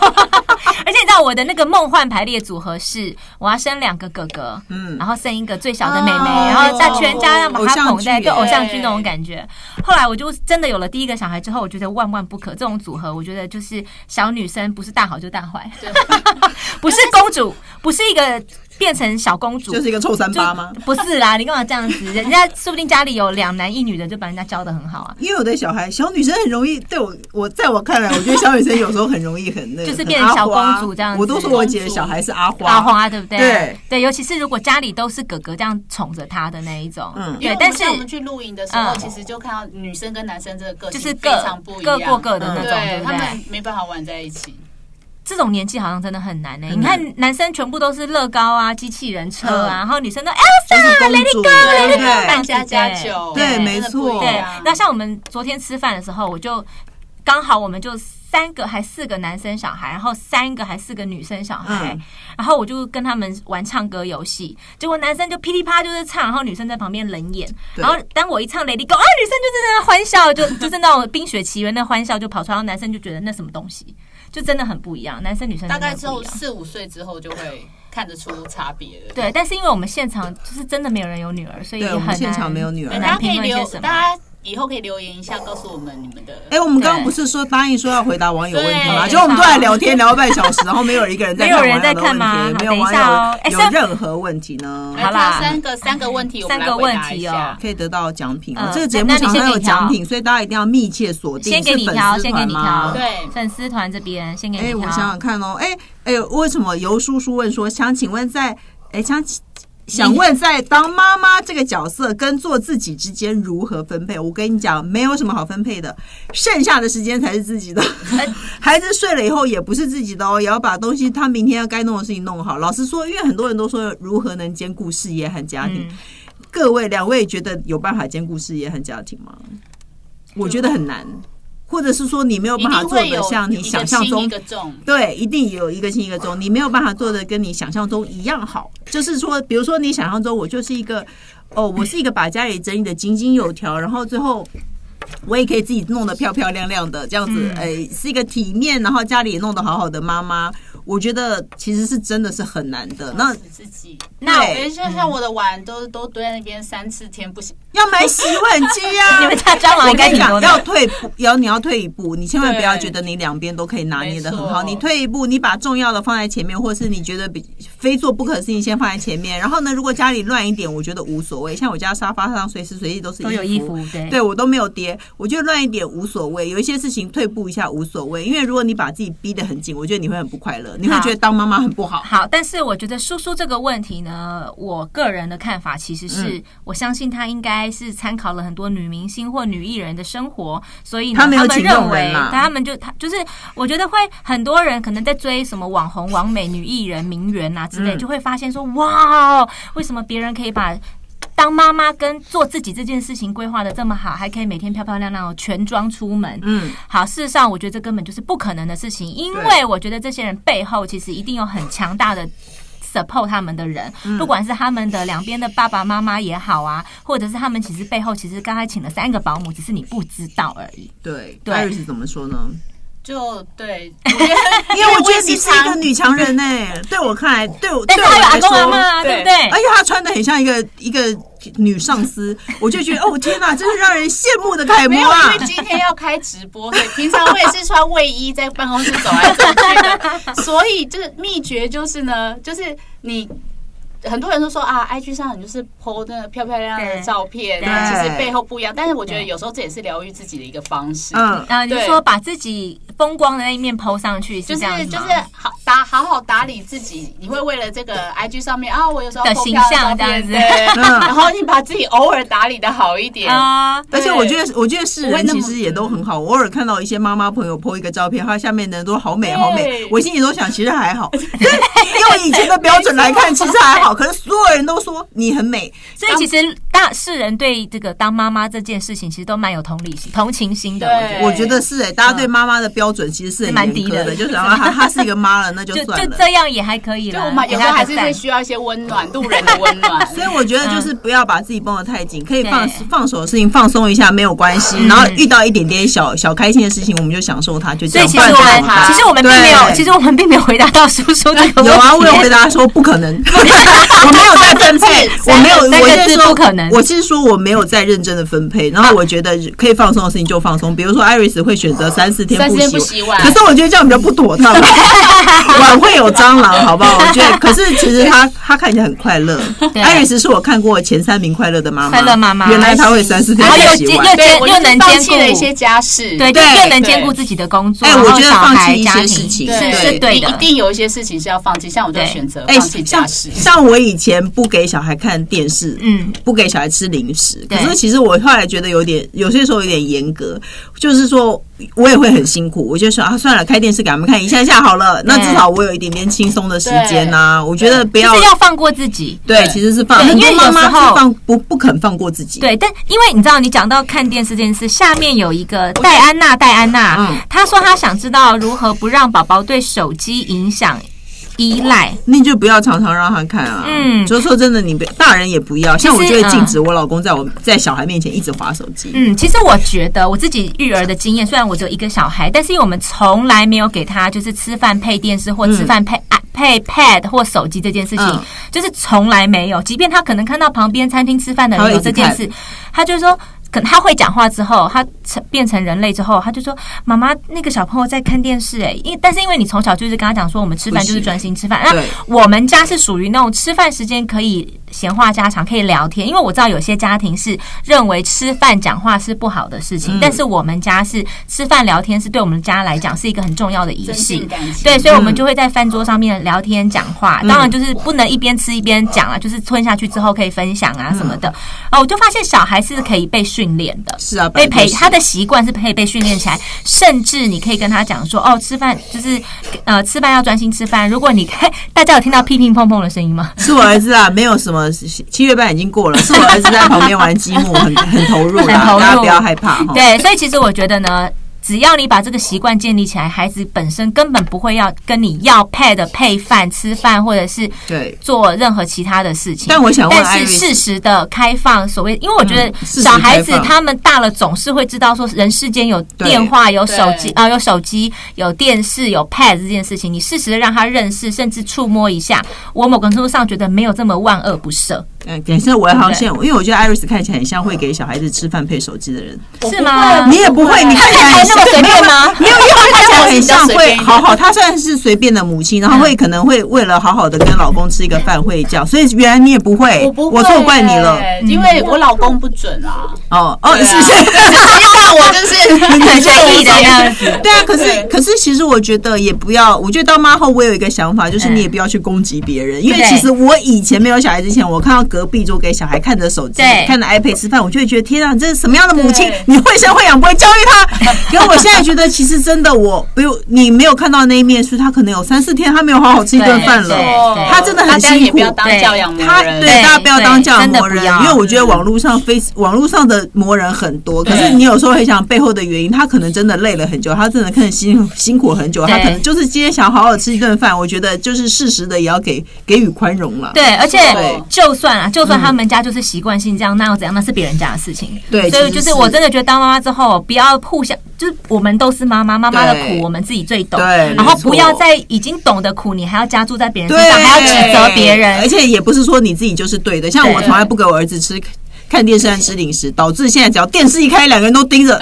而且你知道我的那个梦幻排列组合是，我要生两个哥哥，嗯，然后生一个最小的妹妹，
哦
然后在全家让把
偶
她
像
捧在，
剧
就
耶
偶像剧那种感觉。后来我就真的有了第一个小孩之后，我觉得万万不可，这种组合我觉得就是小女生不是大好就大坏，
对，
<laughs> 不是公主，不是一个变成小公主，
就是一个臭三八吗？
不是啦，你干嘛这样子？人家说不定家里有两男一女的，就把人家教的很好啊，
因为我的小孩小女生很容易，对我我在我看来，我觉得小女生有时候很容易很那个，
<laughs> 就是
很
变成
阿
小公
花
主这样子
我都说我姐的小孩是阿花，
阿花对不对？
对
尤其是如果家里都是哥哥这样宠着她的那一种，
嗯
因
对
为我，
但
们
是
像我们去露营的时候，
嗯
其实就看到女生跟男生这个个
就
性
是
非
各
常不一
各
样，
过各的
嗯
那种，对
对
不
他
对？
们没办法玩在一起。
这种年纪好像真的很难呢、欸
很
你
难
看男生全部都是乐高啊、机器人车啊，
嗯
然后女生都
就是公
Elsa、Lady
主
Go、Lady Go
对对
这样子欸
家家酒，
对
对
没错
真的不一
对
样，
那像我们昨天吃饭的时候，我就刚好我们就三个还四个男生小孩，然后三个还四个女生小孩，
嗯
然后我就跟他们玩唱歌游戏，结果男生就噼里啪啦就是唱，然后女生在旁边冷眼，
对
然后当我一唱 Lady Go，啊，女生就在那 <laughs> 欢笑，就就是那种《冰雪奇缘》的欢笑就跑出来，然后男生就觉得那什么东西，就真的很不一样，男生女生
大
真的
概
很
只
不
有
一样。
四五岁之后就会看得出差别了。
对，但是因为我们现场就是真的没有人有女儿，所以
对
也很
我们
难。
现场没有女儿
很
大家
难
可
评
以
论一些
留，
什么。
大家以后可以留言一下，告诉我们你们的。
哎、我们刚刚
对
不是说答应说要回答网友问题吗？
对
结果我们都在聊天聊了
<laughs>
半小时，然后没有一个人在
没有人在看
看网
吗
友的问
好
题没有
等
网
一下哦哎
友有
三
任何问题呢？
来
好啦
挑哎三个三个问题，我们
三个
来回答
问
一
题哦
下。
可以得到奖品哦。
嗯
这个节目
那那
常
你先
常
给
有
你挑
奖品，所以大家一定要密切锁定。
先给你
是粉
挑，
丝
先给
团
你挑。
吗
对
粉丝团这边先给
哎、
你
我
啊
挑。
想想看哦，哎、哎、为什么尤叔叔问说想请问在哎、想想问在当妈妈这个角色跟做自己之间如何分配？我跟你讲，没有什么好分配的，剩下的时间才是自己的。
哎
<laughs> 孩子睡了以后也不是自己的哦，也要把东西他明天要该弄的事情弄好。老实说，因为很多人都说如何能兼顾事业和家庭，
嗯
各位两位觉得有办法兼顾事业和家庭吗？我觉得很难，或者是说你没有
一
办法
定
做
会
的
有
像你
一
想
个
象
轻
中
一个重，
对，一定有一个轻一个重，你没有办法做的跟你想象中一样好。就是说，比如说你想象中我就是一个，哦，我是一个把家里整理的井井有条，然后最后。我也可以自己弄得漂漂亮亮的，这样
嗯
子，哎、是一个体面，然后家里也弄得好好的妈妈，我觉得其实是真的是很难的。那
是自己。
那
对
哎，像像我的碗都都堆在那边三四天不行，
要买洗碗机啊呀、
<laughs> 你们家蟑螂
我
应该
跟你
挺
讲，
多的。
要退步，要你要退一步，你千万不要
对
觉得你两边都可以拿捏的很
没错
好。你退一步，你把重要的放在前面，或是你觉得比非做不可的事情先放在前面。然后呢，如果家里乱一点，我觉得无所谓。像我家沙发上随时随地都是
都有衣服，对
对我都没有叠，我觉得乱一点无所谓。有一些事情退步一下无所谓，因为如果你把自己逼得很紧，我觉得你会很不快乐，你会
好
觉得当妈妈很不好。
好，但是我觉得叔叔这个问题呢，我个人的看法其实是，
嗯
我相信他应该是参考了很多女明星或女艺人的生活，所以呢
他没有
们
请
认
佣人
为，
啦
他们就他就是，我觉得会很多人可能在追什么网红、网美、女艺人、名媛啊之类，
嗯
就会发现说，哇，为什么别人可以把当妈妈跟做自己这件事情规划的这么好，还可以每天漂漂亮亮哦，全妆出门。
嗯，
好，事实上我觉得这根本就是不可能的事情，因
对
为我觉得这些人背后其实一定有很强大的。support 他们的人，
嗯
不管是他们的两边的爸爸妈妈也好啊，或者是他们其实背后其实刚才请了三个保姆，只是你不知道而已。
对，
对
艾瑞斯怎么
<laughs>
说呢？
就对，我觉得
因为我觉得
也
你是一个女强人呢、对我看来，对我，
但是
对我
他有阿
来
公阿
说
妈啊，对不
对
对？
而且哎她穿的很像一个一个女上司，我就觉得哦天哪，真是让人羡慕的楷模
没有，
啊
因！为今天要开直播，所以 <laughs> 平常我也是穿卫衣在办公室走来走
<laughs>
去的。所以就是秘诀就是呢，就是你。很多人都说啊，IG 上你就是 po 那个漂漂亮亮的
对
照片，
对
其实背后不一样。但是我觉得
对
有时候这也是疗愈自己的一个方式。
嗯，
呃，你是
对
说把自己风光的那一面 PO 上去，
就是
这样
是
子
就
吗
是好打好好打理自己，你会为了这个 IG 上面啊，我有时候
的
要 po
形
漂亮
象
照片
这样
子
对，
嗯
然后你把自己偶尔打理的好一点，
啊，
而且我觉
对
得，我觉得世
不会
人
那
其
么
实也都很好。我偶尔看到一些妈妈朋友 po 一个照片，她下面的人都好美好美
对，
我心里都想，其实还好。用以前的标准来看，其实还好。可是所有人都说你很美，
所以其实大世人对这个当妈妈这件事情，其实都蛮有同理心、同情心的。我觉
对嗯
得
我觉得是哎，大家对妈妈的标准其实是很
蛮
严
低
苛
的
的，就想到她她是一个妈了，那就
就
算
就
了。
这样也还可以
就
啦。
我们有时候还是会需要一些温暖，路人的温
<laughs>
暖。
所以我觉得就是不要把自己绷得太紧，可以放
嗯对嗯
放手的事情放松一下没有关系，然后遇到一点点小小开心的事情，我们就享受它，就这
所以
样。
其
不
实
然
我
就
们
好啦
其实我们并没有，
对
其实我们并没有回答到叔叔这个问题。
<laughs> 有啊，我有回答说不可能，我没有在分配，我没有，
三
我
个
是
字
说
不可能
我是说我没有在认真的分配，然后我觉得可以放松的事情就放松，比如说艾瑞斯会选择三四天
三四天
不
不洗碗
可是我觉得这样比较不妥当，碗会有蟑螂，好不好？我觉得，可是其实他他看起来很快乐，
对
艾瑞斯是我看过前三名快乐的妈妈，
快乐妈妈
原来他会三四天
然后
不
又
洗
接
碗
又。
对，
兼
我
又能
放
兼
弃了一
顾，
些家事，
对，就
对
又能
对
兼顾自己的工作，
哎
然后
我觉得
小
放弃
孩
一
家
些
庭
事情
是
对
是对
一
的。
定有一些事情是要放弃，像我就
对
选择
哎，
放弃家
像
事。
像我以前不给小孩看电视，
嗯，
不给小孩吃零食。可
对
是其实我后来觉得有点，有些时候有点严格，就是说我也会很辛苦。我就说啊，算了，开电视给他们看一下下好了，那
对
至少我有一点点轻松的时间呐、我觉得不
就
要
是要放过自己。
对，其实是放，
对
很
因为
多
有
妈妈
时
是
候
放不不肯放过自己。
对，但因为你知道，你讲到看电视这件事，下面有一个戴安娜，戴安娜，
嗯
她说她想知道如何不让宝宝对手机影响依赖。
那你就不要常常让他看啊。
嗯
就说真的，你不大人也不要。像我
其
就
实
会禁止我老公在我在小孩面前一直划手机。
嗯，其实我觉得我自己育儿的经验，虽然我只有一个小孩，但是因为我们从来没有给他就是吃饭配电视或吃饭配、啊配 pad 或手机这件事情，
嗯
就是从来没有。即便他可能看到旁边餐厅吃饭的
他会
人有
一直
这件
看
事，他就说。可能他会讲话之后，他成变成人类之后，他就说：“妈妈，那个小朋友在看电视。”哎，因但是因为你从小就是跟他讲说，我们吃饭就是
不行
专心吃饭。那
对
我们家是属于那种吃饭时间可以闲话家常，可以聊天。因为我知道有些家庭是认为吃饭讲话是不好的事情，但是我们家是吃饭聊天是对我们家来讲是一个很重要的仪
增
式
进。感情
对，所以我们就会在饭桌上面聊天讲话，当然就是不能一边吃一边讲啊，就是吞下去之后可以分享啊什么的。哦，我就发现小孩是可以被训练的，
是啊，
被
本来
培
就是
他的习惯是可以被训练起来，甚至你可以跟他讲说，哦，吃饭就是呃，吃饭要专心吃饭。如果你 <laughs> 大家有听到乒乒乓乓的声音吗？
是我儿子啊，没有什么七月半已经过了，是我儿子在旁边玩积木，很很投入
很
啦，
投入
大家不要害怕哈。
对，所以其实我觉得呢。只要你把这个习惯建立起来，孩子本身根本不会要跟你要配的配饭、吃饭，或者是
对
做任何其他的事情。
但我想问
但
艾
是
瑞斯
适时的开放，所谓，因为我觉得
嗯适时
小孩子
开放
他们大了总是会知道说，人世间有
对
电话、有手机
对
啊、有手机、有电视、有 pad 这件事情，你适时的让他认识，甚至触摸一下，我某个程度上觉得没有这么万恶不赦，
嗯，等一下我要好像，因为我觉得艾瑞斯看起来很像会给小孩子吃饭配手机的人，
是吗？
你也不会，啊你看起来
啊还那
很像
么随便吗？
没有，因为他看起来很像
我是比较随
会
便一点
好好，她虽然是随便的母亲，然后
嗯
会可能会为了好好的跟老公吃一个饭会这样，所以原来你也不会，
我不会，欸
我错怪你了，
因
嗯
为我老公不准
<laughs>
啊。
哦哦，
对啊
是是。
要让我就是
很在意的样子。
<laughs> 对啊，可是
对
可是，其实我觉得也不要。我觉得当妈后，我有一个想法，就是
嗯
你也不要去攻击别人，因为
对
其实我以前没有小孩之前，我看到隔壁桌给小孩看着手机
对、
看着 iPad 吃饭，我就会觉得天啊，这是什么样的母亲
对？
你会生会养，不会教育
<laughs>
他。可我现在觉得，其实真的我，不用你没有看到那一面，是他可能有三四天他没有好好吃一顿饭
<laughs> 对
了
对。
他真的很
大家也
辛苦
不要当教养魔
他
人，
对大家不要当这样
真的
磨
不
人，
要
因为我觉得网络上非网络上的磨人很多，可是
对
你有时候很想背后的原因，他可能真的累了很久，他真的可能辛辛苦很久，他
对
可能就是今天想好好吃一顿饭，我觉得就是适时的也要给给予宽容了。
对，而且
对嗯
就算啊，就算他们家就是习惯性这样，那又怎样？那是别人家的事情。
对
所以
其
就
实
是
是
我真的觉得当妈妈之后，不要互相，就是我们都是妈妈，妈妈的
对
苦我们自己最懂。
对
然后
没错
不要在已经懂的苦，你还要加注在别人
对，哎
身上，还要指责别人
而。且也不是说你自己就是对的。像我
对
从来不给我儿子吃看电视和吃零食，导致现在只要电视一开，两个人都盯着，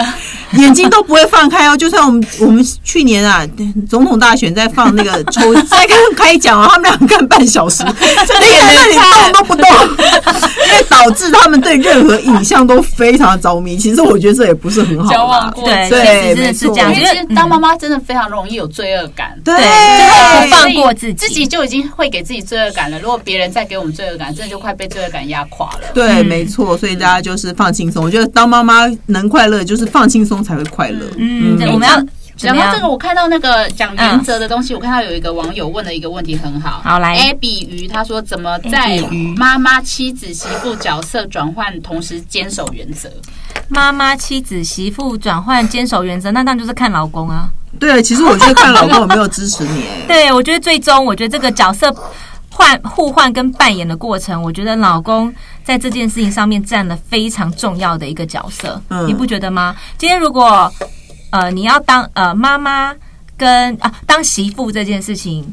眼睛都不会放开哦。就算我们我们去年啊，总统大选在放那个抽，在看开讲啊，他们俩看半小时，真的也那里动都不动，因为导致他们对任何影像都非常着迷。其实我觉得这也不是很好啦，
交往过
对，其
对
实真
没
的是嗯
错
这样，
因
因
为其实
为
当妈妈真的非常容易有罪恶感。
对，
就是不放过自己
自己就已经会给自己罪恶感了。如果别人再给我们罪恶感，真的就快被罪恶感压垮了。
对，
嗯
没错，所以大家就是放轻松。我觉得当妈妈能快乐，就是放轻松才会快乐。
嗯，对，我们要怎
然
么
后这个
样？
我看到那个讲原则的东西，我看到有一个网友问了一个问题很好。
好来
，Abby 鱼他说怎么在
Abby 鱼
妈妈、妻子、媳妇角色转换同时坚守原则？
妈妈、妻子、媳妇转换坚守原则，那当然就是看老公啊。
对，其实我觉得看老公有没有支持你、哎
对，我觉得最终，我觉得这个角色换互换跟扮演的过程，我觉得老公在这件事情上面占了非常重要的一个角色，
嗯
你不觉得吗？今天如果呃你要当呃妈妈跟啊当媳妇这件事情。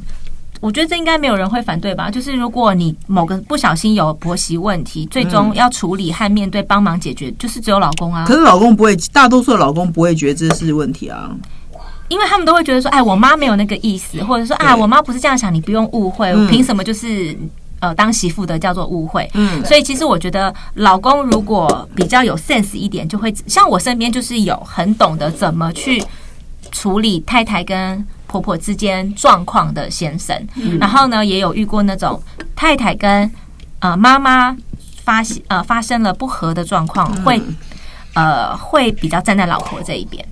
我觉得这应该没有人会反对吧？就是如果你某个不小心有婆媳问题，最终要处理和面对、帮忙解决，就是只有老公啊
可。是老公不会，大多数的老公不会觉得这是问题啊。
因为他们都会觉得说，哎，我妈没有那个意思，或者说啊，
嗯对
我妈不是这样想，你不用误会，
嗯
凭什么就是呃当媳妇的叫做误会？
嗯
所以其实我觉得，老公如果比较有 sense 一点，就会像我身边就是有很懂得怎么去处理太太跟婆婆之间状况的先生，
嗯
然后呢，也有遇过那种太太跟呃妈妈发现呃发生了不和的状况，
嗯
会呃会比较站在老婆这一边。
哦嗯哎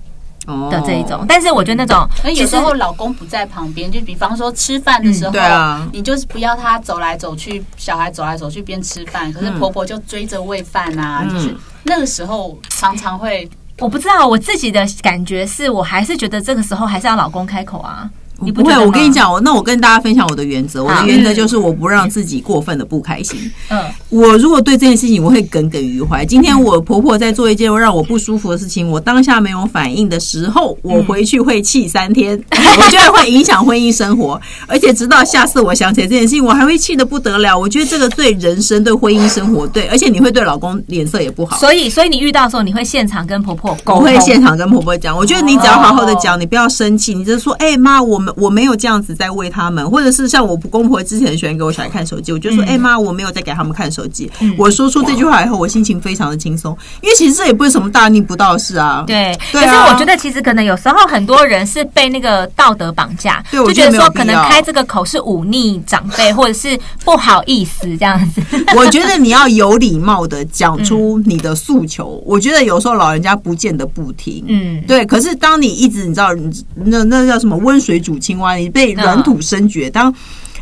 的这一种，但是我觉得那种其
那哎有
实
时候老公不在旁边，就比方说吃饭的时候，
嗯对啊
你就是不要他走来走去，小孩走来走去边吃饭，可是婆婆就追着喂饭啊，就是嗯那个时候常常会
我不知道我自己的感觉是，我还是觉得这个时候还是要老公开口啊。你
不
觉
会，
得吗
我跟你，讲，我那我跟大家分享我的原则。我的
好
原则就是我不让自己过分的不开心。
嗯，
我如果对这件事情我会耿耿于怀，今天我婆婆在做一件让我不舒服的事情，我当下没有反应的时候，我
嗯
回去会气三天， <laughs> 我觉得会影响婚姻生活，而且直到下次我想起来这件事情，我还会气得不得了。我觉得这个对人生、对婚姻生活，对，而且你会对老公脸色也不好。
所以所以你遇到的时候，你会现场跟婆婆沟
我
通，哦
会现场跟婆婆讲，我觉得你只要好好的讲，你不要生气，你就说，哎、妈，我们我没有这样子在喂他们，或者是像我公婆之前很喜欢给我小孩看手机，我就
嗯
说，哎、妈，我没有在给他们看手机。我说出这句话以后，我心情非常的轻松，因为其实这也不是什么大逆不道的事啊。
<laughs> 对，
对
可是
啊
我觉得其实可能有时候很多人是被那个道德绑架，
对我
就
觉
觉得
得
说
没有必
可能
要
开这个口是忤逆长辈，或者是不好意思这样
<laughs>
子。
我觉得你要有礼貌的讲出
嗯
你的诉求，我觉得有时候老人家不见得不听。
嗯，
对，可是当你一直你知道，你那那叫什么温水煮青蛙，你被软
嗯
土生绝。当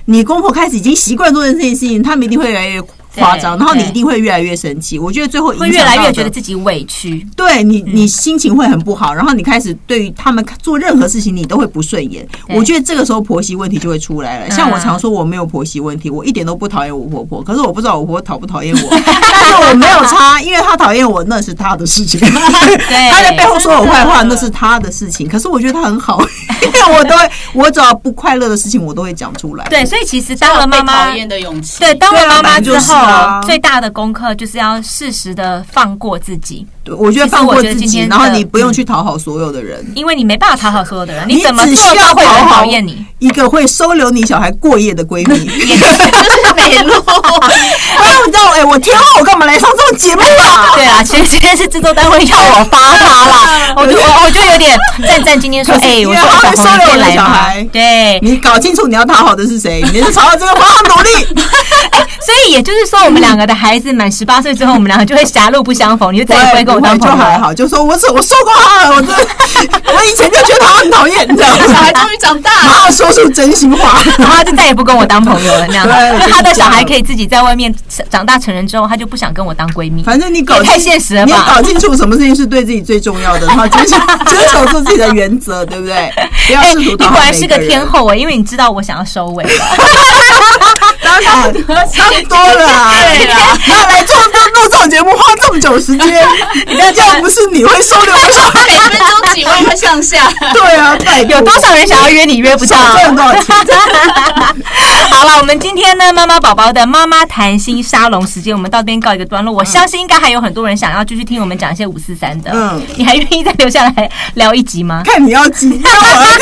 你公婆开始已经习惯做这件事情，他们一定会越来越夸张，
对
然后你
对
一定会越来越生气。我觉得最后
会
影
越
响
来
到
越
的
觉得自己嗯委屈。
对你，你心情会很不好，然后你开始对于他们做任何事情，你都会不顺眼。
对嗯
我觉得这个时候婆媳问题就会出来了。像我常说我没有婆媳问题，我一点都不讨厌我婆婆，可是我不知道我婆婆讨不讨
<laughs>
厌我，但是我没有差，因为她讨厌我那是她
<laughs>
的事情， <laughs>
哎
她在背后说我坏话那是她的事情。可是我觉得她很好， <laughs> 因为我都会，我只要不快乐的事情我都会讲出来。
对，所以其实当了妈
被
妈
讨，厌的勇气。
对，当了
对啊
妈
本
妈
来就
之
是
后，
啊
最大的功课就是要适时的放过自己，
对，我觉得
其实
放
我
过
觉得
自
今
己，
天
然后
的
你不用去讨好所有的人。
因为你没办法讨好所有的人，你怎么
只
做
需要
都会有人
讨好
讨厌你。
一个会收留你小孩过夜的闺
<laughs>
蜜，
北路，
哎，我知道，哎，我天后，我干嘛来上这种节目啊？
对啊，其实今天是制作单位要我发他
<laughs>
啦，我就我我就有点战战兢兢说，
可是
哎、
因
我
为
说
他会
小
收
红
留
可以
我的
来
小
吗
孩
对，
你搞清楚你要讨好的是谁，你朝着这个方向
<laughs>
努力。
所以也就是说，我们两个的孩子满十八岁之后，我们两个就会狭路不相逢，你就再也不会跟我当
就
朋友
还
了。
好，就说我是我受过他了，我真的， <laughs> 我以前就觉得他很讨厌，你知道
<laughs>
小
吗？
孩终于长大 <laughs>
马
了。
上说出真心话。
然后他就再也不跟我当朋友了，那样
<laughs>
子。
对就是
他的
这
小
样
孩可以自己在外面长大成人之后，他就不想跟我当闺蜜。
反正你搞
也太现实了吧
你要搞清楚什么事情是对自己最重要的，
<laughs>
然后坚守坚守住自己的原则，对不对？不要
哎、
试
你果
图讨好
然是
每个
个天啊
人。
后哎、因为你知道我想要收尾了。
大当然差不多
<laughs>
了啊。
对啦，
那来做这录这种节目花这么久时间，
<laughs>
要不是你会收留我小
每分钟几万块上下。
对啊，拜托
有多少人想要约你约不
少
上？
赚多少钱？
好了，我们今天呢，妈妈宝宝的妈妈谈心沙龙时间，我们到这边告一个段落。我相信应该还有很多人想要继续听我们讲一些五四三的，
嗯
你还愿意再留下来聊一集
<laughs>
吗？
看你要几，要
<laughs>
我要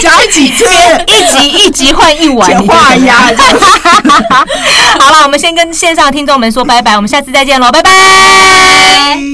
讲几次？
一集一集换一碗，
简化
你觉得怎么样。 <laughs>
呀，这样
好了，我们先跟线上的听众们说拜拜，我们下次再见喽，拜拜。
子